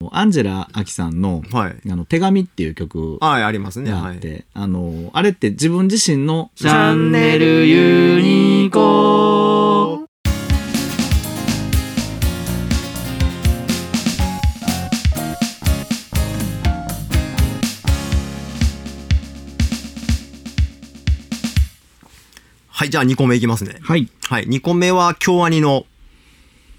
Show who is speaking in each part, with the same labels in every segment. Speaker 1: の、アンジェラ・アキさんの、
Speaker 2: はい。
Speaker 1: あの、手紙っていう曲が
Speaker 2: はい、ありますね。
Speaker 1: あ
Speaker 2: は
Speaker 1: っ
Speaker 2: い。
Speaker 1: て、あの、あれって自分自身の、チ
Speaker 2: ャンネル
Speaker 1: ユニコ
Speaker 2: はい、じゃあ2個目いきますね。
Speaker 1: はい、
Speaker 2: はい、2個目は京アニの、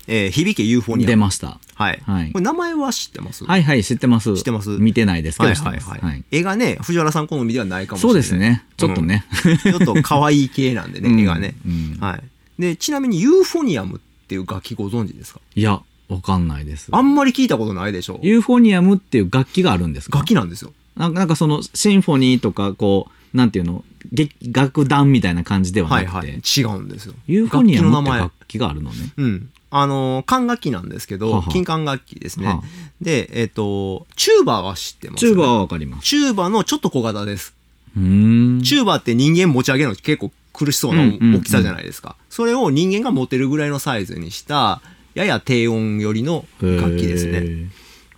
Speaker 2: えー響けユーフォニ
Speaker 1: 出
Speaker 2: ア。
Speaker 1: ました。
Speaker 2: はい。
Speaker 1: はい
Speaker 2: これ名前は知ってます
Speaker 1: はいはい、知ってます。
Speaker 2: 知ってます
Speaker 1: 見てないですけ
Speaker 2: は
Speaker 1: ど、
Speaker 2: い
Speaker 1: 知って
Speaker 2: はい
Speaker 1: ます。
Speaker 2: はい、
Speaker 1: はい。
Speaker 2: 絵がね、藤原さん好みではないかもしれ
Speaker 1: そう
Speaker 2: な
Speaker 1: で
Speaker 2: い。
Speaker 1: す。ね。ちょっとね。
Speaker 2: ちょっと可愛い系なんで
Speaker 1: うん
Speaker 2: ね、絵がね。
Speaker 1: うん
Speaker 2: はい。で、ちなみにユーフォニアムっていう楽器ご存知ですか
Speaker 1: いや、わかんないです。
Speaker 2: あんまり聞いたことないでしょ
Speaker 1: ユーフォニアムっていう楽器があるんですか
Speaker 2: 楽器なんですよ。
Speaker 1: なんかなんかそのシンフォニーとかこうなんていうの劇楽団みたいな感じではな
Speaker 2: は
Speaker 1: く
Speaker 2: い
Speaker 1: て、
Speaker 2: はい。違うんですよ。
Speaker 1: ユーフォニアム
Speaker 2: 楽器の
Speaker 1: っ
Speaker 2: 名
Speaker 1: て
Speaker 2: 前
Speaker 1: 楽器があるのね
Speaker 2: うん。あのー管楽器なんですけ
Speaker 1: は
Speaker 2: ど、
Speaker 1: は
Speaker 2: 金管楽器ですね
Speaker 1: は。
Speaker 2: で、えっ、と、チューバーは知ってます、
Speaker 1: チューバーはわかります
Speaker 2: チューバのちょっと小型です。
Speaker 1: うーん
Speaker 2: チューバーって人間持ち上げるの結構苦しそうな
Speaker 1: うんうんうん
Speaker 2: 大きさじゃないですか。それを人間が持てるぐらいのサイズにした、やや低音寄りの楽器ですね。
Speaker 1: ね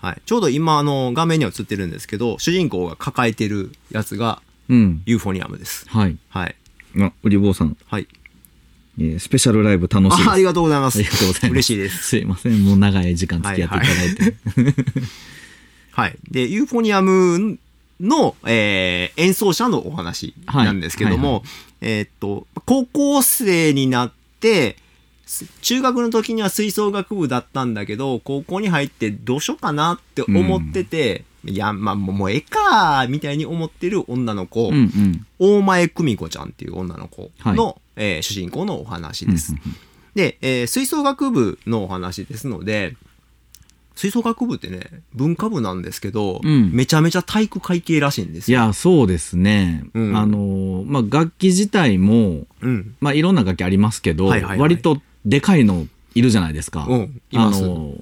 Speaker 2: はい。ちょうど今、あの、画面には映ってるんですけど、主人公が抱えてるやつが
Speaker 1: うん
Speaker 2: ユーフォニアムです。
Speaker 1: はい
Speaker 2: はい。
Speaker 1: あウリボーさん、
Speaker 2: はい。
Speaker 1: えースペシャルライブ楽しいです
Speaker 2: あ、ありがとうございます。
Speaker 1: ありがとうございます
Speaker 2: 嬉しいです。
Speaker 1: すいませんもう長い時間付き合っていただいて、
Speaker 2: はい。で、ユーフォニアムの、えー演奏者のお話なんですけども、えーっと、高校生になって、す中学の時には吹奏楽部だったんだけど、高校に入ってどうしようかなって思ってて、いや、まあ、もうもうええか、みたいに思ってる女の子、
Speaker 1: うんうん
Speaker 2: 大前久美子ちゃんっていう女の子の、
Speaker 1: は
Speaker 2: えー主人公のお話です。
Speaker 1: うんうん
Speaker 2: で、えー吹奏楽部のお話ですので、吹奏楽部ってね、文化部なんですけど、
Speaker 1: うん
Speaker 2: めちゃめちゃ体育会系らしいんです
Speaker 1: い
Speaker 2: よ。
Speaker 1: やそうですね、
Speaker 2: うん
Speaker 1: あのーまあ楽器自体も
Speaker 2: うん。
Speaker 1: まあいろんな楽器ありますけど、
Speaker 2: はいはいはい
Speaker 1: 割とでかいのいるじゃないですか、
Speaker 2: うん。います。
Speaker 1: あの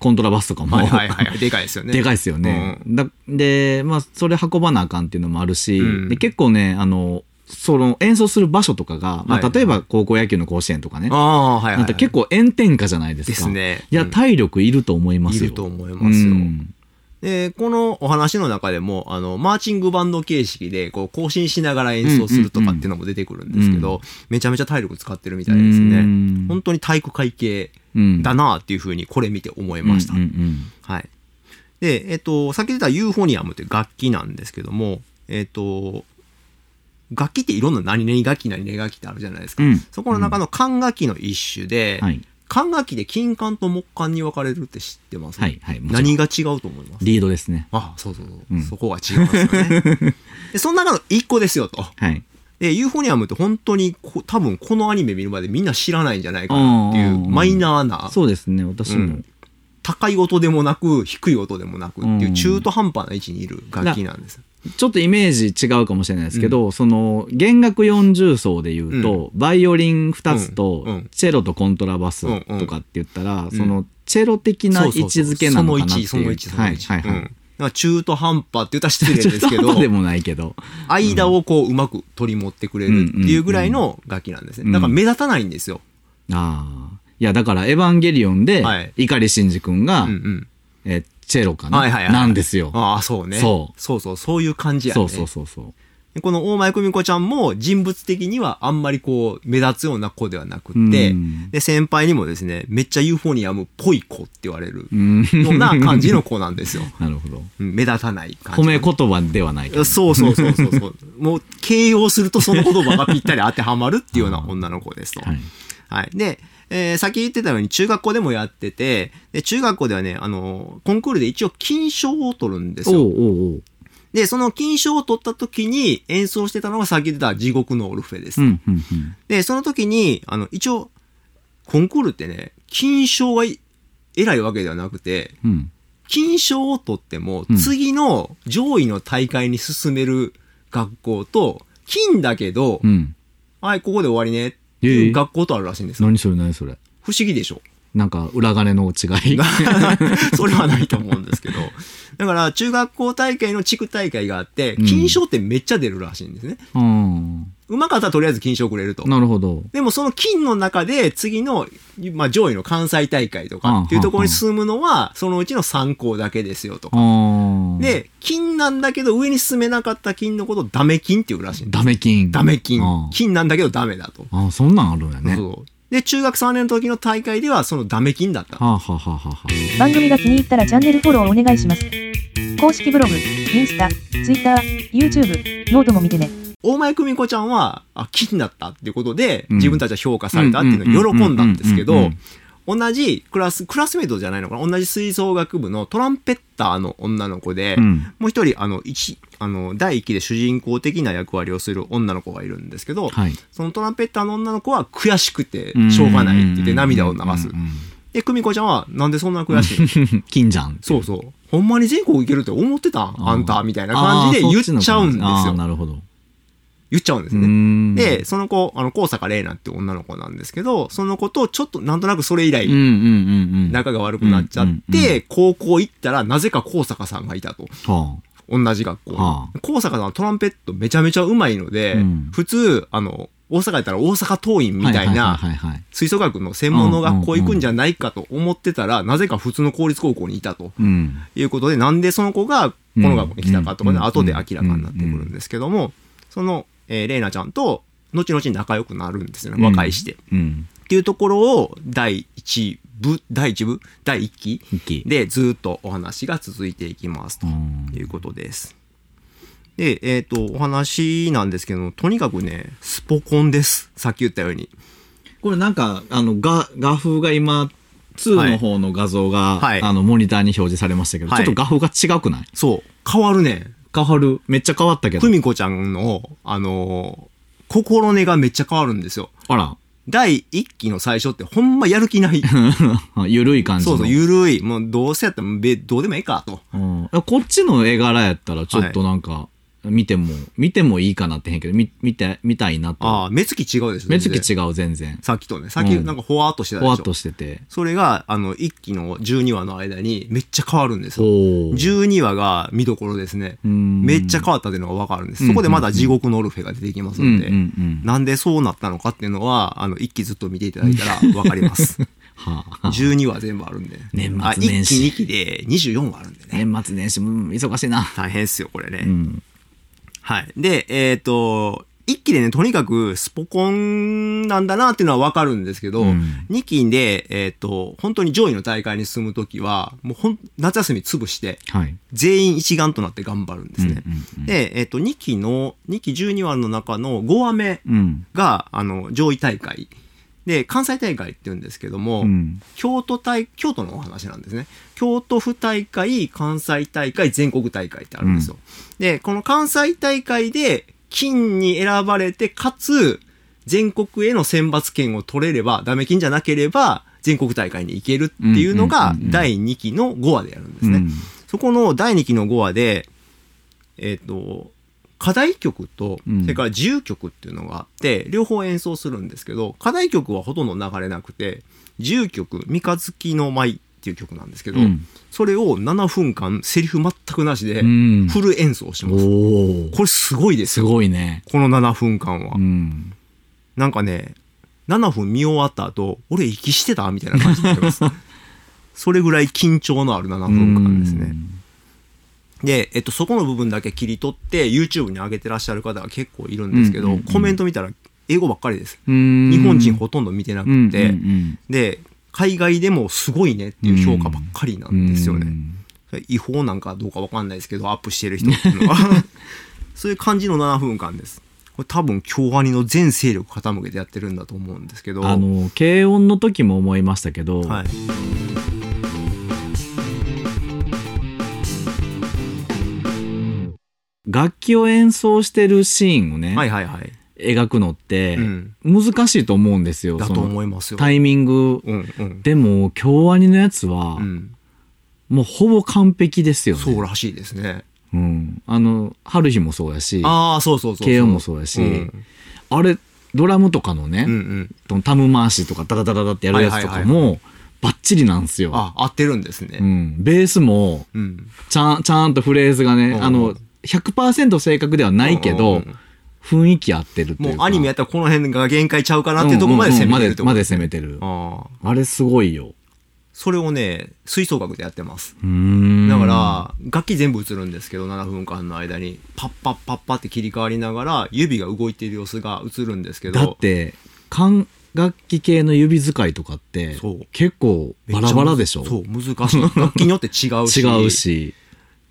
Speaker 1: コントラバスとかも、
Speaker 2: はいはいはい。 でかいですよね。
Speaker 1: でか
Speaker 2: い。
Speaker 1: いですよね、
Speaker 2: う
Speaker 1: だでまあそれ運ばなあかんっていうのもあるし、
Speaker 2: うん
Speaker 1: で結構ねあのその演奏する場所とかが、ま
Speaker 2: は
Speaker 1: あ、
Speaker 2: い
Speaker 1: 例えば高校野球の甲子園とかね、
Speaker 2: ああ、はいはい、はい。
Speaker 1: なんて結構炎天下じゃないです
Speaker 2: で
Speaker 1: か
Speaker 2: すね。
Speaker 1: いや
Speaker 2: うん
Speaker 1: 体力いると思います
Speaker 2: い
Speaker 1: よ
Speaker 2: ると思いますよ。
Speaker 1: うん
Speaker 2: で、このお話の中でも、あの、マーチングバンド形式で、こう、更新しながら演奏するとかっていうのも出てくるんですけど、
Speaker 1: うんうん
Speaker 2: めちゃめちゃ体力使ってるみたいです
Speaker 1: う
Speaker 2: ね。
Speaker 1: ん
Speaker 2: 本当に体育会系
Speaker 1: うん
Speaker 2: だなっていうふうに、これ見て思いました。
Speaker 1: うんうん
Speaker 2: はい。で、えっと、先出たユーフォニアムという楽器なんですけども、えっと、楽器っていろんな何々楽器何々楽器ってあるじゃないですか。
Speaker 1: うん
Speaker 2: そこの中の管楽器の一種で、
Speaker 1: うんはい
Speaker 2: 管楽器で金管と木管に分かれるって知ってます、
Speaker 1: はいはいもちろん
Speaker 2: 何が違うと思います
Speaker 1: リードですね
Speaker 2: あそうそうそう、
Speaker 1: うん
Speaker 2: そこが違うんですよ ね。で、その中の一個ですよと。
Speaker 1: はい
Speaker 2: で、ユーフォニアムって本当にこ多分このアニメ見るまでみんな知らないんじゃないかなって
Speaker 1: う
Speaker 2: い
Speaker 1: んうん
Speaker 2: う
Speaker 1: うん
Speaker 2: マイナーな
Speaker 1: そうですね私も、
Speaker 2: うん高い音でもなく低い音でもなくっていううん中途半端な位置にいる楽器なんです。
Speaker 1: ちょっとイメージ違うかもしれないですけど、その弦楽40層で言うと、バイオリン2つ
Speaker 2: うんう
Speaker 1: と
Speaker 2: ん
Speaker 1: チェロとコントラバスとかって言ったら、そのチェロ的な
Speaker 2: そ
Speaker 1: 位
Speaker 2: うそう
Speaker 1: 置
Speaker 2: そう
Speaker 1: づけなのかなっていう。
Speaker 2: その位置、その位置、そ
Speaker 1: はい
Speaker 2: の位置。
Speaker 1: は
Speaker 2: う
Speaker 1: い
Speaker 2: ん
Speaker 1: はい。
Speaker 2: だから中途半端って言ったら失礼 ですけ
Speaker 1: ちょっと
Speaker 2: ど
Speaker 1: で、もないけど。
Speaker 2: 間をこううまく取り持ってくれるっていうぐらいの楽器なんです
Speaker 1: うんう
Speaker 2: ね。
Speaker 1: ん
Speaker 2: だから目立たないんですよ。
Speaker 1: ああ。いや、だからエヴァンゲリオンで
Speaker 2: はい、
Speaker 1: 碇シンジ君が、
Speaker 2: うんうん。
Speaker 1: えチェロかな、
Speaker 2: はいはいはい
Speaker 1: なんですよ。
Speaker 2: ああ、そうね。。
Speaker 1: そう
Speaker 2: そうそう、そういう感じやね。
Speaker 1: そうそうそうそう。
Speaker 2: でこの大前久美子ちゃんも人物的にはあんまりこう目立つような子ではなくって、
Speaker 1: うん
Speaker 2: で、先輩にもですね、めっちゃユーフォニアムっぽい子って言われる
Speaker 1: うん。
Speaker 2: ような感じの子なんですよ。
Speaker 1: なるほど。
Speaker 2: うん目立たない感じ。
Speaker 1: 褒め言葉ではないけど。
Speaker 2: そうそうそうそう そう。もう形容するとその言葉がぴったり当てはまるっていうような女の子ですと。
Speaker 1: は
Speaker 2: はいい、。で、えー、先言ってたように中学校でもやってて、で中学校ではね、あのーコンクールで一応金賞を取るんです
Speaker 1: おうお
Speaker 2: よ。
Speaker 1: うおう。
Speaker 2: で、その金賞を取った時に演奏してたのが先言ってた地獄のオルフェです。
Speaker 1: うん、うん、うん。
Speaker 2: で、その時に、あの、一応、コンクールってね、金賞がい偉いわけではなくて、
Speaker 1: うん。
Speaker 2: 金賞を取っても、
Speaker 1: うん
Speaker 2: 次の上位の大会に進める学校と、金だけど、
Speaker 1: うん。
Speaker 2: はい、ここで終わりね、っていう学校とあるらしいんですよ。
Speaker 1: 何それ何それ。
Speaker 2: 不思議でしょ
Speaker 1: なんか裏金の違い。
Speaker 2: それはないと思うんですけど。だから、中学校大会の地区大会があって、
Speaker 1: うん
Speaker 2: 金賞ってめっちゃ出るらしいんですね。
Speaker 1: うん。
Speaker 2: うまかったらとりあえず金賞くれると。
Speaker 1: なるほど。
Speaker 2: でもその金の中で次の、まあ、上位の関西大会とかっていうところに進むのは、そのうちの3校だけですよとか。で、金なんだけど上に進めなかった金のことをダメ金っていうらしいんです
Speaker 1: ダメ金。
Speaker 2: ダメ金
Speaker 1: あ。
Speaker 2: 金なんだけどダメだと。
Speaker 1: あ、そんなんあるんやね。は
Speaker 2: そうで、中学3年の時の大会ではそのダメ金だった。
Speaker 1: あ、はあはあはあはあ。
Speaker 3: 番組が気に入ったらチャンネルフォローお願いします。公式ブログ、インスタ、ツイッター、YouTube、ノートも見てね。
Speaker 2: 大前久美子ちゃんは、あ、金だったっていうことで、
Speaker 1: うん
Speaker 2: 自分たちは評価されたっていうのを喜んだんですけ
Speaker 1: うんうんう
Speaker 2: ど
Speaker 1: んうん、
Speaker 2: 同じクラス、クラスメイトじゃないのかな同じ吹奏楽部のトランペッターの女の子で、
Speaker 1: うん
Speaker 2: もう一人、あの、一、あの、第一期で主人公的な役割をする女の子がいるんですけど、
Speaker 1: はい。
Speaker 2: そのトランペッターの女の子は悔しくて、しょうがないって言って涙を流す
Speaker 1: うんう。んうん
Speaker 2: で、久美子ちゃんは、なんでそんな悔しいの
Speaker 1: うんうん 金じゃん。
Speaker 2: そうそう。ほんまに全国行けるって思ってたん
Speaker 1: ー
Speaker 2: あんた、みたいな感じで言っちゃうんです
Speaker 1: あーそっちの感じあー
Speaker 2: よ。
Speaker 1: なるほど。
Speaker 2: 言っちゃうんですね。で、
Speaker 1: で、
Speaker 2: その子、あの、高坂玲奈って女の子なんですけど、その子とちょっとなんとなくそれ以
Speaker 1: うんう
Speaker 2: 来、
Speaker 1: んうんうん。
Speaker 2: 仲が悪くなっちゃっ
Speaker 1: うんうんう
Speaker 2: て、高校行ったらなぜか高坂さんがいたと。
Speaker 1: は
Speaker 2: 同じ学校に
Speaker 1: はあ
Speaker 2: 高坂さんはトランペットめちゃめちゃうまいので、
Speaker 1: うん
Speaker 2: 普通、あの、大阪やったら大阪桐蔭
Speaker 1: あ
Speaker 2: みたいな
Speaker 1: はははいはい。
Speaker 2: 吹奏楽の専門の学校行くんじゃないかと思ってたら、なぜか普通の公立高校にいたと
Speaker 1: うん。
Speaker 2: いうことで、なんでその子がこの学校に来たかとかね、
Speaker 1: うん
Speaker 2: 後で明らかになってくるんですけども、その、えー、玲奈ちゃんと、後々仲良くなるんですよね、和解して。っ
Speaker 1: うん。
Speaker 2: ていうところを、第一部、第一部第一期
Speaker 1: 一気。
Speaker 2: でずっとお話が続いていきますと
Speaker 1: うん
Speaker 2: いうことです。で、えっ、と、お話なんですけども、とにかくね、スポコンです。さっき言ったように。
Speaker 1: これなんか、あの、画、画風が今、2の方の画像が、
Speaker 2: はい
Speaker 1: あの、モニターに表示されましたけど、
Speaker 2: はい
Speaker 1: ちょっと画風が違くない
Speaker 2: そう、変わるね。
Speaker 1: 変わる。めっちゃ変わったけど
Speaker 2: 久。美子ちゃんの、あのー心根がめっちゃ変わるんですよ。
Speaker 1: あら。
Speaker 2: 第1期の最初ってほんまやる気ない。
Speaker 1: ゆるい感じ
Speaker 2: そ
Speaker 1: の。
Speaker 2: うそう、ゆるい。もうどうせやったらべどうでもいいかと。
Speaker 1: うん、こっちの絵柄やったら、ちょっとなんか、見ても、見てもいいかなってへんけど、み見て、見たいなと。
Speaker 2: ああ、目つき違うでしょ。
Speaker 1: 目つ
Speaker 2: 全
Speaker 1: き
Speaker 2: 然
Speaker 1: 違う、全然。
Speaker 2: さっきとね。さっき
Speaker 1: うん
Speaker 2: なんかほわっとしてた
Speaker 1: ほわ
Speaker 2: で
Speaker 1: っ
Speaker 2: しょ。
Speaker 1: としてて。
Speaker 2: それが、あの、1期の12話の間にめっちゃ変わるんですよ。
Speaker 1: おー
Speaker 2: 12話が見どころですね。
Speaker 1: うん
Speaker 2: めっちゃ変わったっていうのがわかるんです。そこでまだ地獄のオルフェが出てきます
Speaker 1: うん
Speaker 2: の
Speaker 1: うん
Speaker 2: で
Speaker 1: う。ん。
Speaker 2: なんでそうなったのかっていうのは、あの、1期ずっと見ていただいた らわかります。
Speaker 1: はあ、
Speaker 2: 12話全部あるんで。
Speaker 1: 年末
Speaker 2: あ
Speaker 1: 年始
Speaker 2: 1期2期で24話あるんでね。
Speaker 1: 年末年始、うん、忙しいな。
Speaker 2: 大変っすよ、これね。
Speaker 1: うん。
Speaker 2: はい。で、えっ、と、1期でね、とにかくスポコンなんだなっていうのはわかるんですけど、
Speaker 1: うん
Speaker 2: 2期で、えっ、と、本当に上位の大会に進むときは、もうほん、夏休み潰して、
Speaker 1: はい。
Speaker 2: 全員一丸となって頑張るんですね。
Speaker 1: うんうんうん
Speaker 2: で、えっ、と、2期の、2期12話の中の5話目
Speaker 1: うん。
Speaker 2: が、あの、上位大会。で、関西大会って言うんですけども、
Speaker 1: うん。
Speaker 2: 京都大、京都のお話なんですね。京都府大会、関西大会、全国大会ってあるんですよ。で、この関西大会で金に選ばれて、かつ、全国への選抜権を取れれば、ダメ金じゃなければ、全国大会に行けるっていうの
Speaker 1: うん
Speaker 2: が
Speaker 1: うんうんう、ん
Speaker 2: 第2期の5話でやるんです
Speaker 1: う
Speaker 2: ね。
Speaker 1: ん
Speaker 2: そこの第2期の5話で、えっ、と、課題曲と、
Speaker 1: うん
Speaker 2: それから自由曲っていうのがあって、両方演奏するんですけど、課題曲はほとんど流れなくて、自由曲、三日月の舞っていう曲なんですけど、
Speaker 1: うん
Speaker 2: それを7分間、セリフ全くなしで
Speaker 1: う、ん。
Speaker 2: フル演奏します。
Speaker 1: おお。
Speaker 2: これすごいです
Speaker 1: す
Speaker 2: よ。
Speaker 1: ごいね。
Speaker 2: この7分間は。
Speaker 1: うん。
Speaker 2: なんかね、7分見終わった後、俺息してたみたいな感じにな ります。それぐらい緊張のある7分間ですね。で、えっと、そこの部分だけ切り取って YouTube に上げてらっしゃる方が結構いるんですけど、
Speaker 1: うんうんうん
Speaker 2: コメント見たら英語ばっかりです。
Speaker 1: うん。
Speaker 2: 日本人
Speaker 1: ほ
Speaker 2: ほとんど見てなくて、
Speaker 1: うん
Speaker 2: で、海外でもすごいねっていう評価ばっかりな
Speaker 1: うんうん
Speaker 2: んですよ
Speaker 1: う
Speaker 2: ね。
Speaker 1: ん
Speaker 2: それ違法なんかどうかわかんないですけど、アップしてる人っていうのは。 そういう感じの7分間です。これ多分京アニの全勢力傾けてやってるんだと思うんですけど、
Speaker 1: あの、軽音の時も思いましたけど、
Speaker 2: はい。
Speaker 1: 楽器を演奏してるシーンをね、
Speaker 2: はいはいはい。
Speaker 1: 描くのって
Speaker 2: うん
Speaker 1: 難しいと思うんですよ、
Speaker 2: だ
Speaker 1: そ
Speaker 2: と
Speaker 1: の
Speaker 2: 思いますよ。
Speaker 1: タイミング。
Speaker 2: うんうん。
Speaker 1: でも、京アニのやつは
Speaker 2: う、ん。
Speaker 1: もうほぼ完璧ですよね。
Speaker 2: そうらしいですね。
Speaker 1: うん。あの、春日もそうやし、
Speaker 2: ああ、そうそうそうそう。
Speaker 1: 慶応もそうやし、
Speaker 2: うん
Speaker 1: あれ、ドラムとかのね、
Speaker 2: うんうん。
Speaker 1: タム回しとかダダダダダってやるやつと
Speaker 2: はい
Speaker 1: か
Speaker 2: はいは
Speaker 1: も、バッチリなんですよ。
Speaker 2: あ、合ってるんです
Speaker 1: う
Speaker 2: ね。
Speaker 1: ん。ベースも、
Speaker 2: うん。
Speaker 1: ちゃん、ちゃんとフレーズがね、
Speaker 2: うん
Speaker 1: あの、100%正確ではないけ
Speaker 2: う
Speaker 1: ど
Speaker 2: ん、
Speaker 1: 雰囲気合ってるってい
Speaker 2: も
Speaker 1: う
Speaker 2: う
Speaker 1: か
Speaker 2: アニメやったらこの辺が限界ちゃうかなっていうところまで攻めてるって
Speaker 1: うんうんうん
Speaker 2: こ
Speaker 1: ま
Speaker 2: と
Speaker 1: で
Speaker 2: ですね
Speaker 1: まで攻めてる
Speaker 2: ああ
Speaker 1: あれすごいよ
Speaker 2: それをね、吹奏楽でやってます。
Speaker 1: うーん
Speaker 2: だから、楽器全部映るんですけど、7分間の間に、パッパッパッパって切り替わりながら、指が動いている様子が映るんですけど、
Speaker 1: だって管楽器系の指使いとかって
Speaker 2: そう
Speaker 1: 結構
Speaker 2: め
Speaker 1: バ
Speaker 2: っち
Speaker 1: ラ
Speaker 2: ゃ
Speaker 1: バラでしょ
Speaker 2: そう、難 しい。楽器によって違うし。
Speaker 1: 違う。し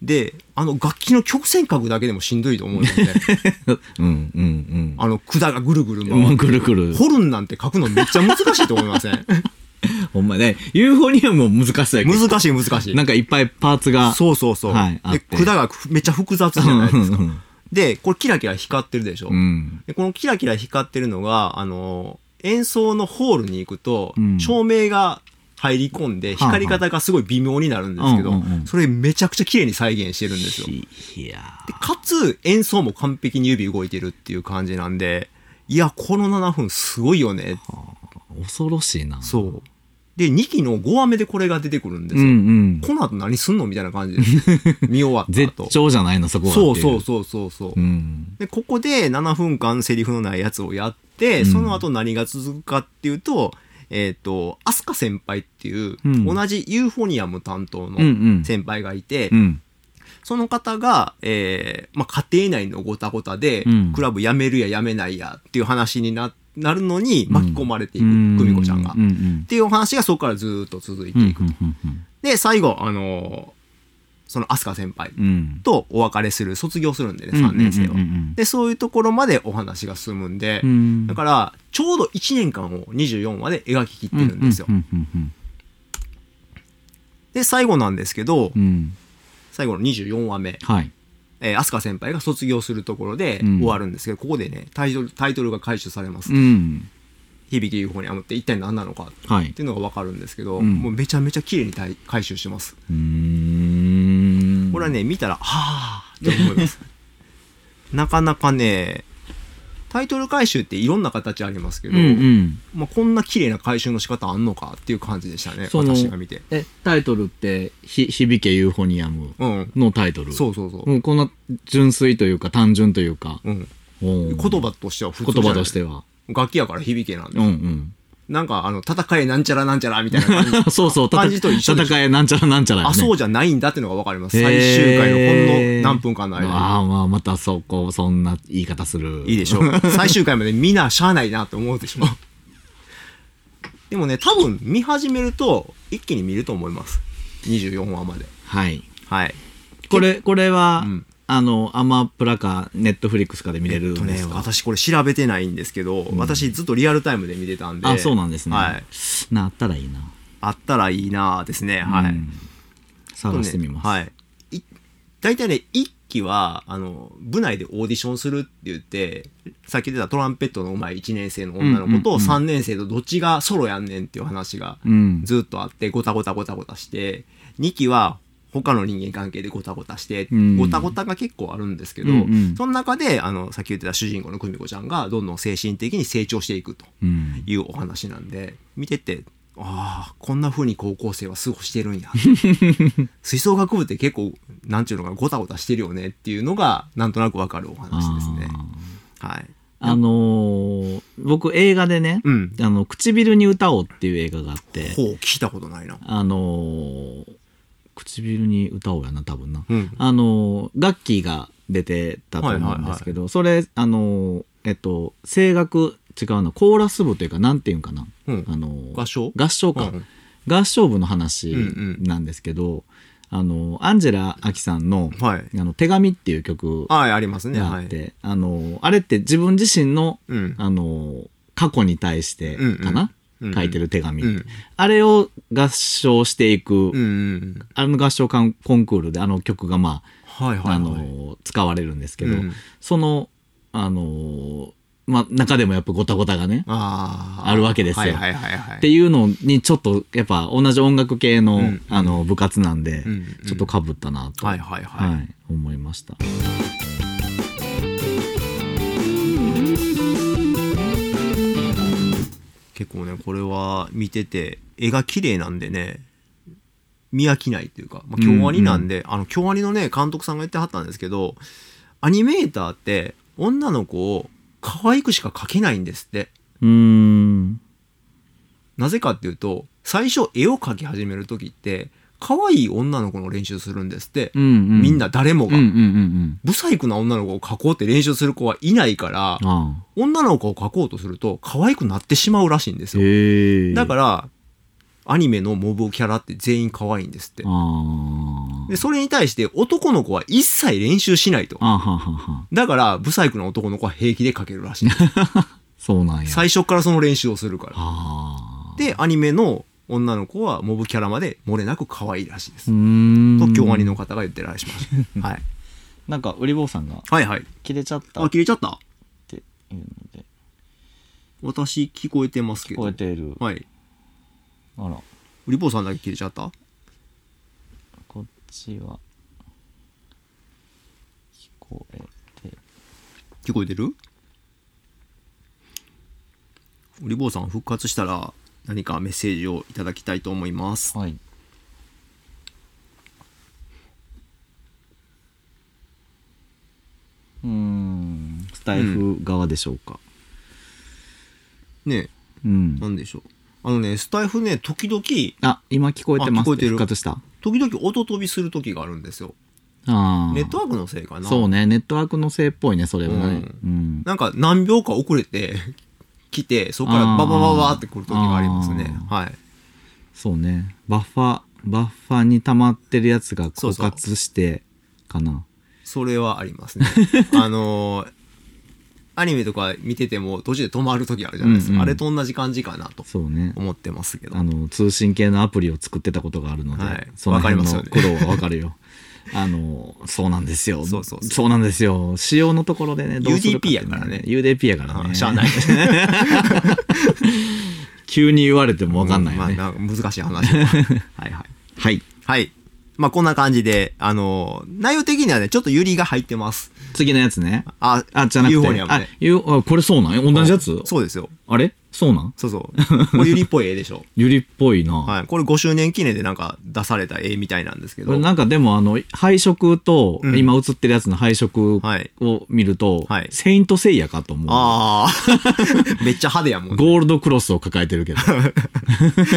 Speaker 2: で、あの、楽器の曲線角だけでもしんどいと思うんですね。
Speaker 1: うんうん
Speaker 2: あの、管がぐるぐる
Speaker 1: うんも う
Speaker 2: 回って。
Speaker 1: くるくる
Speaker 2: ホルンなんて書くのめっちゃ難しいと思いま せん
Speaker 1: ほんまねユーフォニアムも難しいやけど
Speaker 2: 難しい難しい。
Speaker 1: なんかいっぱいパーツが
Speaker 2: そうそうそう。
Speaker 1: はいあっ
Speaker 2: で、
Speaker 1: て
Speaker 2: 管がふめっちゃ複雑じゃないですか
Speaker 1: うんうんうん。
Speaker 2: で、これキラキラ光ってるでしょ。
Speaker 1: うん
Speaker 2: でこのキラキラ光ってるのが、あのー演奏のホールに行くと、
Speaker 1: うん
Speaker 2: 照明が入り込んで、
Speaker 1: はあはあ
Speaker 2: 光り方がすごい微妙になるんですけど、
Speaker 1: うんうんうん
Speaker 2: それめちゃくちゃ綺麗に再現してるんですよ。
Speaker 1: いや
Speaker 2: でかつ、演奏も完璧に指動いてるっていう感じなんで、いや、この7分すごいよね。
Speaker 1: ー恐ろしいな
Speaker 2: そう。で、2期の5話目でこれが出てくるんです
Speaker 1: うん
Speaker 2: よ。
Speaker 1: うん
Speaker 2: この後何すんのみたいな感じ です。見終わった
Speaker 1: 絶
Speaker 2: 後。
Speaker 1: 頂じゃないのそこはってい
Speaker 2: そうそうそうそうそう。
Speaker 1: うん
Speaker 2: で、ここで7分間セリフのないやつをやって、
Speaker 1: うん
Speaker 2: その後何が続くかっていうと、えっ、と、アスカ先輩っていう、
Speaker 1: うん
Speaker 2: 同じユーフォニアム担当
Speaker 1: うんう
Speaker 2: の
Speaker 1: ん
Speaker 2: 先輩がいて、
Speaker 1: うん
Speaker 2: その方が、えーまあ、家庭内のごたごたで、
Speaker 1: うん
Speaker 2: クラブ辞めるや辞めないやっていう話にななるのに巻き込まれていく、久美子ちゃんが。
Speaker 1: うん
Speaker 2: っ
Speaker 1: うん
Speaker 2: ていうお話がそこからずーっと続いて
Speaker 1: うんう
Speaker 2: い
Speaker 1: ん
Speaker 2: く。
Speaker 1: うん
Speaker 2: で、最後、あのーそのアスカ先輩
Speaker 1: うんうん
Speaker 2: とお別れする、卒業するんでね、3年生は。
Speaker 1: うんうんうんうん
Speaker 2: で、そういうところまでお話が進むんで、
Speaker 1: うん
Speaker 2: だから、ちょうど1年間を24話で描ききってるんですよ。
Speaker 1: うんうんうん
Speaker 2: で、最後なんですけど、
Speaker 1: うんうん
Speaker 2: 最後の24話目、
Speaker 1: はい
Speaker 2: えー、飛鳥先輩が卒業するところで
Speaker 1: うん
Speaker 2: 終わるんですけど、ここでね、タイトル、タイトルが回収されます。
Speaker 1: うん
Speaker 2: 響き UFO にムって一体何なのかっ
Speaker 1: はい
Speaker 2: ていうのがわかるんですけど、
Speaker 1: うん
Speaker 2: もうめちゃめちゃ綺麗に対回収してます。
Speaker 1: うーん
Speaker 2: これはね、見たら、はぁーって思います。なかなかね、タイトル回収っていろんな形ありますけ
Speaker 1: う
Speaker 2: ど、
Speaker 1: んうん
Speaker 2: まあ、こんな綺麗な回収の仕方あんのかっていう感じでしたね
Speaker 1: その
Speaker 2: 私が見て
Speaker 1: えタイトルってひ「響けユーフォニアム
Speaker 2: うん」
Speaker 1: のタイトル
Speaker 2: そうそうそう、
Speaker 1: もうこんな純粋というか単純というか
Speaker 2: うん、
Speaker 1: 言
Speaker 2: 言葉としては普通じゃ
Speaker 1: 言
Speaker 2: ない
Speaker 1: 葉としては
Speaker 2: 楽器やから響けなんで、
Speaker 1: うんうん
Speaker 2: なんかあの戦えなんちゃらなんちゃらみたいな感じ
Speaker 1: そうそう
Speaker 2: 感じと一緒でしょ
Speaker 1: 戦えなんちゃらなんちゃらやね
Speaker 2: あそうじゃないんだっていうのが分かります
Speaker 1: へー
Speaker 2: 最終回のほんの何分かの間
Speaker 1: ああまあまたそこそんな言い方する
Speaker 2: にいいでしょう最終回までみんなしゃあないなって思うでしょでもね多分見始めると一気に見ると思います24話まで
Speaker 1: はい
Speaker 2: はい
Speaker 1: これこれは、
Speaker 2: うん
Speaker 1: あのアマプラかネットフリックスかで見れるん
Speaker 2: えっと
Speaker 1: で
Speaker 2: ね
Speaker 1: す、か、
Speaker 2: 私これ調べてないんですけど、私ずっとリアルタイムで見てたんで。
Speaker 1: あそうなんですね、
Speaker 2: はい。
Speaker 1: なあったらいいな
Speaker 2: あったらいいなぁですね。はい。
Speaker 1: うん探してみます、
Speaker 2: あとねはい。い大体ね、一期は、あの、部内でオーディションするって言って、さっき出たトランペットの上手い1年生の女の子
Speaker 1: うんうんう
Speaker 2: と
Speaker 1: ん
Speaker 2: 3年生とどっちがソロやんねんっていう話が
Speaker 1: うん
Speaker 2: ずっとあって、ごたごたごたごたして、2期は他の人間関係でごたごたして
Speaker 1: う、ん
Speaker 2: ごたごたが結構あるんですけど、
Speaker 1: うんうん
Speaker 2: その中で、あの、さっき言ってた主人公の久美子ちゃんがどんどん精神的に成長していくと
Speaker 1: うん
Speaker 2: いうお話なんで、見てて、ああ、こんな風に高校生は過ごしてる んや。吹奏楽部って結構、なんちゅうのかな、ごたごたしてるよねっていうのが、なんとなくわかるお話ですね。はい。
Speaker 1: あーあのー僕映画でね、
Speaker 2: うん。
Speaker 1: あの「唇に歌おう」っていう映画があって
Speaker 2: ほう、聞いたことないな。
Speaker 1: あのー唇に歌おうやな多分な、
Speaker 2: うん。
Speaker 1: あのガッキーが出てたと思うんですけど、それあのえっと声楽違うのコーラス部というかなんていうんかな、
Speaker 2: うん
Speaker 1: あの
Speaker 2: 合唱
Speaker 1: 合唱か、
Speaker 2: うん
Speaker 1: 合唱部の話
Speaker 2: うんうん
Speaker 1: なんですけど、あのアンジェラ・アキさんの「
Speaker 2: はい。
Speaker 1: あの手紙」っていう曲が
Speaker 2: はい、ありますね。
Speaker 1: あ
Speaker 2: は
Speaker 1: っ
Speaker 2: い
Speaker 1: て、。あのあれって自分自身の
Speaker 2: うん。
Speaker 1: あの過去に対してかな、
Speaker 2: うんうん
Speaker 1: 書いてる手紙、
Speaker 2: うん。
Speaker 1: あれを合唱していく、
Speaker 2: うんうん。
Speaker 1: あの合唱コンコンクールであの曲がまあ
Speaker 2: はいはい、はい。
Speaker 1: あの使われるんですけど、
Speaker 2: うん
Speaker 1: そのあのまあ中でもやっぱごたごたがね
Speaker 2: あー
Speaker 1: あるわけですよ
Speaker 2: はいはいはいはい。
Speaker 1: っていうのにちょっとやっぱ同じ音楽系の,、
Speaker 2: うん
Speaker 1: あの部活なんで、
Speaker 2: うんうん
Speaker 1: ちょっとかぶったなと、
Speaker 2: はいはいはい。
Speaker 1: はい思いました。
Speaker 2: 結構ね、これは見てて、絵が綺麗なんでね、見飽きないというか、まあ、京アニなんで、あの、京アニのね、監督さんが言ってはったんですけど、アニメーターって、女の子を可愛くしか描けないんですって。
Speaker 1: うーん。
Speaker 2: なぜかっていうと、最初絵を描き始める時って、可愛い女の子の練習するんですって。
Speaker 1: うん、うん。
Speaker 2: みんな誰も
Speaker 1: うんう
Speaker 2: が。
Speaker 1: んうんうん。
Speaker 2: 不細工な女の子を描こうって練習する子はいないから、
Speaker 1: ああ。
Speaker 2: 女の子を描こうとすると可愛くなってしまうらしいんですよ。
Speaker 1: へえ。。
Speaker 2: だからら、アニメのモブキャラって全員可愛いんですって。
Speaker 1: ああ。
Speaker 2: で、それに対して男の子は一切練習しないと。
Speaker 1: あははは。
Speaker 2: だから、不細工な男の子は平気で描けるらしい。
Speaker 1: そうなんや。
Speaker 2: 最初からその練習をするから。
Speaker 1: ああ。
Speaker 2: で、アニメの女の子はモブキャラまで漏れなく可愛いらしいで
Speaker 1: う
Speaker 2: す。
Speaker 1: ーん。
Speaker 2: 特許終わりの。方が言ってらっしゃいま した。はい。
Speaker 1: なんか、ウリボウさんが、
Speaker 2: はいはい。
Speaker 1: 切れちゃった
Speaker 2: あ、
Speaker 1: っ
Speaker 2: 切れちゃった。
Speaker 1: ていうので、
Speaker 2: 私聞こえてますけ
Speaker 1: 聞
Speaker 2: ど。
Speaker 1: こえている。
Speaker 2: はい。
Speaker 1: あら、
Speaker 2: ウリボーさんだけ切れちゃった
Speaker 1: こっちは、聞こえて、
Speaker 2: 聞こえてるウリボーさん復活したら何かメッセージをいただきたいと思います。
Speaker 1: はい。うーん、スタイフ側でしょうか。
Speaker 2: ね
Speaker 1: うん
Speaker 2: え、。なんでしょう。あのね、スタイフね、時々、時
Speaker 1: あ、今聞こえてます。
Speaker 2: あ聞こえてる
Speaker 1: 復活した。
Speaker 2: 々音飛びする時があるんですよ。
Speaker 1: ああ。
Speaker 2: ネットワークのせいかな。
Speaker 1: そうね、ネットワークのせいっぽいね、それはね。
Speaker 2: う
Speaker 1: うん。
Speaker 2: なんか何秒か遅れて 来て、そこからバババババって来る時がありますね。はい。
Speaker 1: そうね。バッファ、バッファに溜まってるやつが
Speaker 2: そう
Speaker 1: 枯
Speaker 2: そう
Speaker 1: 渇して、かな。
Speaker 2: それはありま すね。あのーアニメとか見てても途中で止まる時あるじゃないですか。
Speaker 1: うんうん
Speaker 2: あれと同じ感じかなと
Speaker 1: そうね。
Speaker 2: 思ってますけど。
Speaker 1: あの、通信系のアプリを作ってたことがあるので、
Speaker 2: はい
Speaker 1: その辺
Speaker 2: わかり
Speaker 1: の
Speaker 2: ます
Speaker 1: 苦
Speaker 2: よ
Speaker 1: 労はわかるよ。 あの、そうなんですよ。
Speaker 2: そうそうそう
Speaker 1: なんですよ。仕様のところでね、どうするかっていうのは UDP やから
Speaker 2: あ
Speaker 1: ね。
Speaker 2: しゃあない。
Speaker 1: 急に言われてもわかんないよね。
Speaker 2: まあ、なんか難しい話。 はいはい。
Speaker 1: はい。
Speaker 2: はい。まあ、こんな感じで、あのー内容的にはね、ちょっとユリが入ってます。
Speaker 1: 次のやつね。
Speaker 2: あ、
Speaker 1: あ、じゃなくて。
Speaker 2: ユーフォニアムね
Speaker 1: あ、ユーあこれそうなん同じやつ
Speaker 2: そうですよ。
Speaker 1: あれそうなん
Speaker 2: そうそう。これユリっぽい絵でしょ。
Speaker 1: ゆりっぽいな。
Speaker 2: はい。これ5周年記念でなんか出された絵みたいなんですけ
Speaker 1: こ
Speaker 2: ど。
Speaker 1: れ
Speaker 2: は
Speaker 1: なんかでもあの、配色と、
Speaker 2: うん
Speaker 1: 今映ってるやつの配色
Speaker 2: い。
Speaker 1: を見ると、
Speaker 2: はい
Speaker 1: セイントセイヤかと思う。
Speaker 2: ああ。 めっちゃ派手やもん、ね。
Speaker 1: ゴールドクロスを抱えて るけど、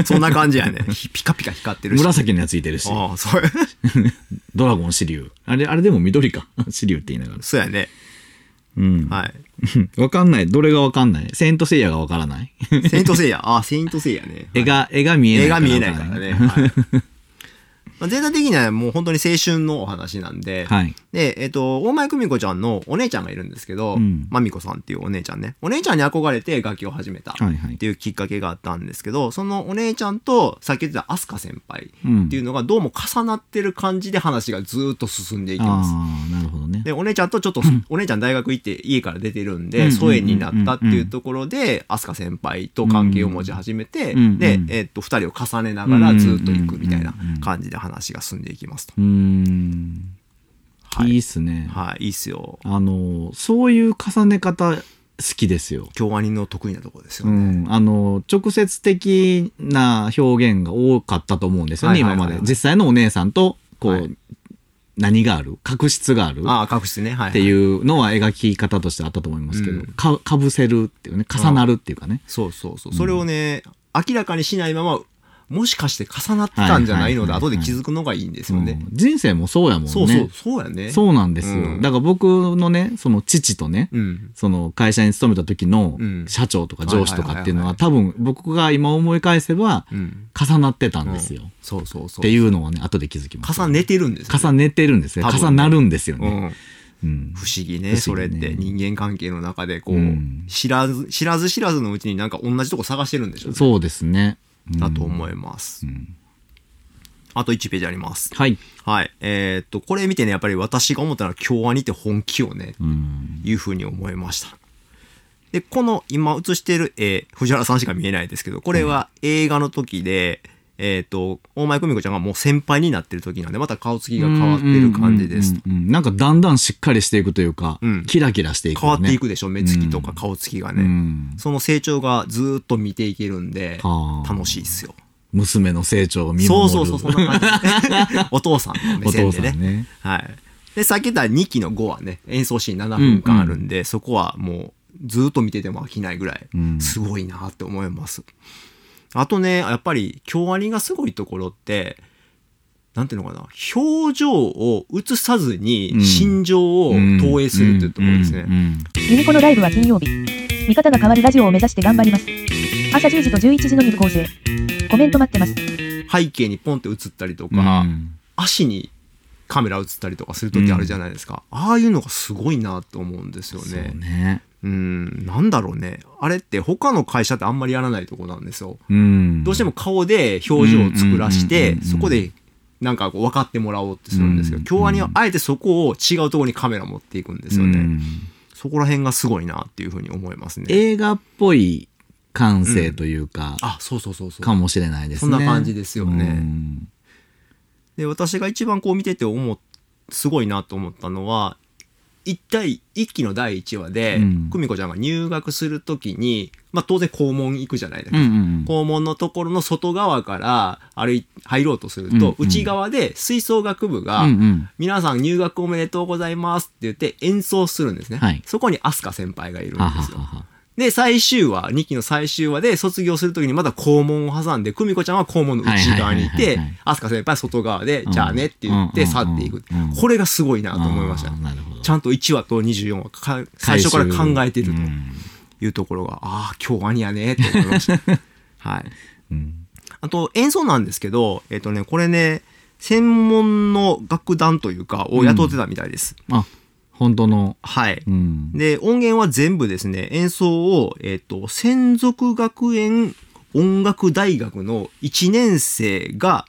Speaker 2: そんな感じやね。ひピカピカ光ってるし。
Speaker 1: 紫のやついてるし、
Speaker 2: ああ、そう。
Speaker 1: ドラゴン、シリュウ。あれ、あれでも緑か。 シリュウって言いながら。
Speaker 2: そうやね。
Speaker 1: うん。
Speaker 2: はい。
Speaker 1: わかんない。どれがわかんない。セイントセイヤがわからない。
Speaker 2: セイントセイヤ。ああ、セイントセイヤね。
Speaker 1: 絵が、絵が見えない
Speaker 2: 絵
Speaker 1: らわ
Speaker 2: が
Speaker 1: かん。
Speaker 2: 見えないからね。はいまあ全体的にはもう本当に青春のお話なんで、
Speaker 1: はい。
Speaker 2: で、えっ、と、大前久美子ちゃんのお姉ちゃんがいるんですけど、
Speaker 1: うん
Speaker 2: まみこさんっていうお姉ちゃんね、お姉ちゃんに憧れて楽器を始めた
Speaker 1: はい
Speaker 2: っ
Speaker 1: はい
Speaker 2: て。いうきっかけがあったんですけど、そのお姉ちゃんと、さっき言ってた飛鳥先輩
Speaker 1: うん。
Speaker 2: っていう
Speaker 1: う
Speaker 2: のがどうも重なってる感じで話がずーっと進んでいきます。
Speaker 1: ああ、なるほどね。
Speaker 2: で、お姉ちゃんとちょっと、お姉ちゃん大学行って家から出て
Speaker 1: う
Speaker 2: るん
Speaker 1: んうんうんう
Speaker 2: で、
Speaker 1: ん
Speaker 2: 疎遠になったっていうところで、飛鳥先輩と関係を持ち始めて、
Speaker 1: うんうん
Speaker 2: で、えっと、二人を重ねながらずっと行くみたいな
Speaker 1: うんうんうんうん
Speaker 2: 感じで話が進んでいきますと。
Speaker 1: うーん。、
Speaker 2: はい
Speaker 1: い
Speaker 2: い。
Speaker 1: っすね。
Speaker 2: はい、いいっすよ。
Speaker 1: あの、そういう重ね方好きですよ。
Speaker 2: 京アニの得意なところですよ
Speaker 1: う
Speaker 2: ね。
Speaker 1: ん、あの直接的な表現が多かったと思うんですよね、
Speaker 2: はいはいはい
Speaker 1: 今まで実際のお姉さんとこう、
Speaker 2: はい
Speaker 1: 何がある確執があるっ
Speaker 2: ああ、確実ね。はい、
Speaker 1: て
Speaker 2: う。
Speaker 1: いうのは描き方としてあったと思いますけど、
Speaker 2: うん
Speaker 1: かかぶせるっていうね重なるっていうかね
Speaker 2: そうそうそう。
Speaker 1: うん
Speaker 2: それをね、明らかにしないまま、もしかして重なってたんじゃないので、
Speaker 1: はいはいはい
Speaker 2: 後
Speaker 1: はい
Speaker 2: で気づくのがいいんですよね。
Speaker 1: うん人生もそうやもんね
Speaker 2: そうそう、そうやね。う。
Speaker 1: そうなんですよ、
Speaker 2: うん
Speaker 1: だから僕のねその父とね、
Speaker 2: ん。
Speaker 1: その会社に勤めた時の
Speaker 2: うん
Speaker 1: 社長とか上司とかっていうのは
Speaker 2: はい
Speaker 1: 多分僕が今思い返せば
Speaker 2: うん。
Speaker 1: 重なってたんですよ、
Speaker 2: うんそうそうそう。
Speaker 1: っていうのはね後で気づきました
Speaker 2: 重ねてるんですよね
Speaker 1: 重ねてるんですね
Speaker 2: 多分ね
Speaker 1: 重なるんですよ
Speaker 2: う
Speaker 1: ね、
Speaker 2: ん。
Speaker 1: うん
Speaker 2: 不思議ね
Speaker 1: 不
Speaker 2: そ
Speaker 1: 思
Speaker 2: れっ
Speaker 1: 議ね
Speaker 2: て人間関係の中でこう、
Speaker 1: うん
Speaker 2: 知らず知らず知らずのうちになんか同じとこ探してるんでしょうね
Speaker 1: そうですね、
Speaker 2: だと思
Speaker 1: い
Speaker 2: います、
Speaker 1: ん
Speaker 2: あと1ページあります
Speaker 1: はい、
Speaker 2: はいえーっとこれ見てねやっぱり私が思ったのは京アニって本気をね
Speaker 1: うん、
Speaker 2: いうふうに思いましたでこの今映してる絵藤原さんしか見えないですけどこれは映画の時で、えーっと大前久美子ちゃんがもう先輩になってる時なんでまた顔つきが変わってる感じですと
Speaker 1: うんうんうんうんなんかだんだんしっかりしていくというか、
Speaker 2: うん
Speaker 1: キラキラしていく、ね、
Speaker 2: 変わっていくでしょ目つきとか顔つきがね、
Speaker 1: うん
Speaker 2: その成長がずーっと見ていけるんで、
Speaker 1: はあ
Speaker 2: 楽しいっすよ。
Speaker 1: 娘の成長を見
Speaker 2: そう
Speaker 1: 守る
Speaker 2: そうそう、そんな感じ。お父さんの目
Speaker 1: お
Speaker 2: 線
Speaker 1: 父
Speaker 2: で
Speaker 1: さん
Speaker 2: ね。
Speaker 1: ね
Speaker 2: はい。で、さっき言った2期の5はね、演奏シーン7分間あるんで、そこはもうずっと見てても飽きないぐらい、
Speaker 1: うん
Speaker 2: すごいなって思います。あとね、やっぱり、京アニがすごいところって、なんていうのかな、表情を映さず
Speaker 1: うん
Speaker 2: に心情を投影するっていうところですね。
Speaker 3: ユニコのライブは金曜日。見方が変わるラジオを目指して頑張ります。朝10時と11時の2部構成。コメント待ってます。
Speaker 2: 背景にポンって映ったりと
Speaker 1: うんうん
Speaker 2: か、
Speaker 1: うん
Speaker 2: 足にカメラ映ったりとかする時あるじゃないですか。ああいうのがすごいなと思うんですよ
Speaker 1: そう
Speaker 2: ね。
Speaker 1: ね。
Speaker 2: うん、なんだろうね。あれって他の会社ってあんまりやらないとこなんですよ。
Speaker 1: うん
Speaker 2: どうしても顔で表情を作らし
Speaker 1: うんうんうん
Speaker 2: て
Speaker 1: う、ん
Speaker 2: そこでなんかこう分かってもらおうってするんですけ
Speaker 1: う
Speaker 2: ど、
Speaker 1: ん
Speaker 2: 京アニはあえてそこを違うところにカメラ持っていくんですよ
Speaker 1: う
Speaker 2: ね。
Speaker 1: ん
Speaker 2: そこら辺がすごいなっていうふうに思いますね。
Speaker 1: 映画っぽい感性というか、
Speaker 2: あ、そうそうそうそ
Speaker 1: か
Speaker 2: う。
Speaker 1: もしれないですね。
Speaker 2: そんな感じですよね
Speaker 1: うん
Speaker 2: で、私が一番こう見てて思う、すごいなと思ったのは、一体一期の第1話で
Speaker 1: うん、
Speaker 2: 久美子ちゃんが入学するときに、まあ当然校門行くじゃないです
Speaker 1: う
Speaker 2: か
Speaker 1: ん。うん
Speaker 2: 校門のところの外側から歩い入ろうとすると、
Speaker 1: うんうん
Speaker 2: 内側で吹奏楽部
Speaker 1: う
Speaker 2: が、
Speaker 1: ん。うん
Speaker 2: 皆さん入学おめでとうございますって言って演奏するんですね。
Speaker 1: はい
Speaker 2: そこにアスカ先輩がいるん
Speaker 1: う
Speaker 2: で
Speaker 1: ん。はは
Speaker 2: すよ。
Speaker 1: は
Speaker 2: で、最終話、2期の最終話で卒業するときにまだ校門を挟んで、久美子ちゃんは校門の内側に
Speaker 1: はいはい
Speaker 2: い
Speaker 1: はい
Speaker 2: て
Speaker 1: はいはい、
Speaker 2: アスカ先輩は外側で
Speaker 1: う、ん
Speaker 2: じゃあねって言っ
Speaker 1: う
Speaker 2: て
Speaker 1: んうん
Speaker 2: 去
Speaker 1: うんうん
Speaker 2: っていく。これがすごいなと思いました
Speaker 1: あー。なるほど。
Speaker 2: ちゃんと1話と24話か、最初から考えてる
Speaker 1: うん
Speaker 2: というところが、ああ、今日兄やねって思いま した。はい。
Speaker 1: うん
Speaker 2: あと演奏なんですけど、えっ、とね、これね、専門の楽団というか、を雇ってたみたいです。
Speaker 1: あ、本当の。
Speaker 2: はい。
Speaker 1: うん。
Speaker 2: で、音源は全部ですね、演奏を、えっ、と、専属学園音楽大学の1年生が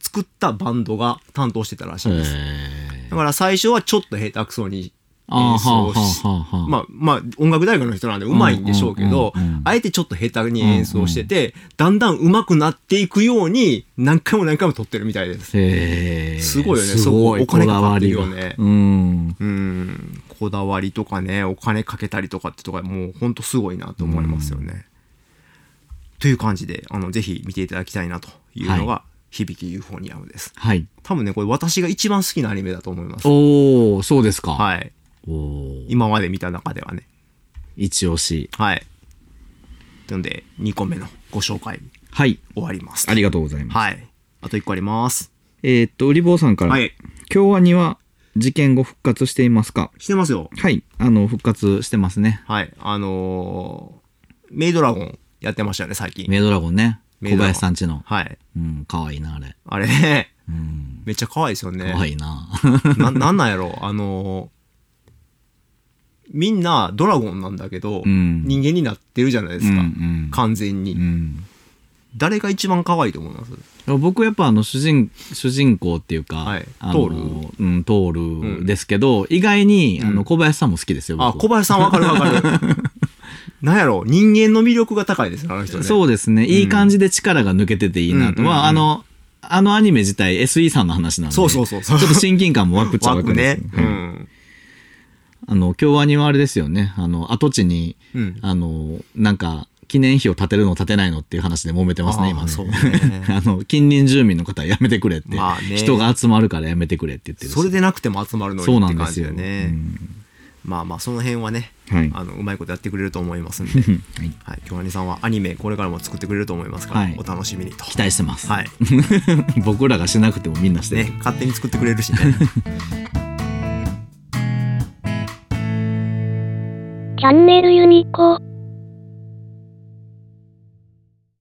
Speaker 2: 作ったバンドが担当してたらしいんです。
Speaker 1: えー
Speaker 2: だから最初はちょっと下手くそに
Speaker 1: あ
Speaker 2: 演
Speaker 1: ーは
Speaker 2: 奏
Speaker 1: あは
Speaker 2: し
Speaker 1: あはあはあ
Speaker 2: まあ、まあ、音楽大学の人なんで上手いんでしょうけど
Speaker 1: うんうんうんうん、
Speaker 2: あえてちょっと下手に演奏してて、だんだん上手くなっていくように、何回も何回も撮ってるみたいです。
Speaker 1: へー
Speaker 2: すごいよね
Speaker 1: すごい
Speaker 2: そこお金かかってるよね
Speaker 1: こだわりがうん。
Speaker 2: うん、こだわりとかね、お金かけたりとかってとか、もうほんとすごいなと思いますよね。という感じで、あの、ぜひ見ていただきたいなというのが、響きユーフォニアムです。
Speaker 1: はい。
Speaker 2: 多分ね、これ私が一番好きなアニメだと思います。
Speaker 1: おー、そうですか。
Speaker 2: はい。
Speaker 1: おー
Speaker 2: 今まで見た中ではね。
Speaker 1: 一押し。
Speaker 2: はい。なので、2個目のご紹介
Speaker 1: はい。
Speaker 2: 終わります。
Speaker 1: ありがとうございます。
Speaker 2: はい。あと1個あります。
Speaker 1: えーっと、ウリボーさんから、
Speaker 2: はい。
Speaker 1: 京アニは事件後復活していますか
Speaker 2: してますよ。
Speaker 1: はい。あの、復活してますね。
Speaker 2: はい。あのーメイドラゴンやってましたよね、最近。
Speaker 1: メイドラゴンね。
Speaker 2: メ
Speaker 1: 小
Speaker 2: イドラゴン
Speaker 1: 林さんちの。
Speaker 2: はい。
Speaker 1: うん、かわいいな、あれ。
Speaker 2: あれね、
Speaker 1: うん。
Speaker 2: めっちゃ可愛いですよね。
Speaker 1: かわいいな。
Speaker 2: な、なんなんやろあのーみんなドラゴンなんだけど、
Speaker 1: うん
Speaker 2: 人間になってるじゃないです か。
Speaker 1: うん
Speaker 2: 完全に、
Speaker 1: うんうん
Speaker 2: 誰が一番可愛いと思います
Speaker 1: 僕やっぱあの主人主人公っていうか、
Speaker 2: はい
Speaker 1: あの
Speaker 2: トー
Speaker 1: うん、トールですけど、意外にあ
Speaker 2: う
Speaker 1: の
Speaker 2: ん
Speaker 1: 小林さんも好きですよ、
Speaker 2: あ、
Speaker 1: 僕
Speaker 2: 小林さんわかるわ かる。なんやろ人間の魅力が高いですね、あの人ね。
Speaker 1: そうですね、いい感じで力が抜けてていいなと、
Speaker 2: うんうんうん
Speaker 1: まああのあのアニメ自体 SE さんの話なんで
Speaker 2: そうそうそうそう
Speaker 1: ちょっと親近感も湧くっちゃ
Speaker 2: 湧
Speaker 1: 湧
Speaker 2: く
Speaker 1: くんです
Speaker 2: ね
Speaker 1: よ、。
Speaker 2: う
Speaker 1: はい
Speaker 2: ん。
Speaker 1: あの京アニはあれですよねあの跡地に
Speaker 2: うん。
Speaker 1: あのなんか記念碑を建てるの建てないのっていう話で揉めてますね
Speaker 2: あー
Speaker 1: 今ね
Speaker 2: そうね
Speaker 1: あの近隣住民の方はやめてくれって、
Speaker 2: まあね
Speaker 1: 人が集まるからやめてくれって言ってるし
Speaker 2: それでなくても集まるの
Speaker 1: そう
Speaker 2: にっ
Speaker 1: な
Speaker 2: て
Speaker 1: んで
Speaker 2: 感
Speaker 1: す
Speaker 2: じだ
Speaker 1: よ
Speaker 2: よね。まあまあその辺はね、
Speaker 1: うんはい
Speaker 2: あのうまいことやってくれると思いますんで、
Speaker 1: はい
Speaker 2: はい、京アニさんはアニメこれからも作ってくれると思いますから、
Speaker 1: はい
Speaker 2: お楽しみにと。
Speaker 1: 期待してます、
Speaker 2: はい、
Speaker 1: 僕らがしなくてもみんなしてる、
Speaker 2: ね、勝手に作ってくれるしね。
Speaker 4: チャンネルユニコーン。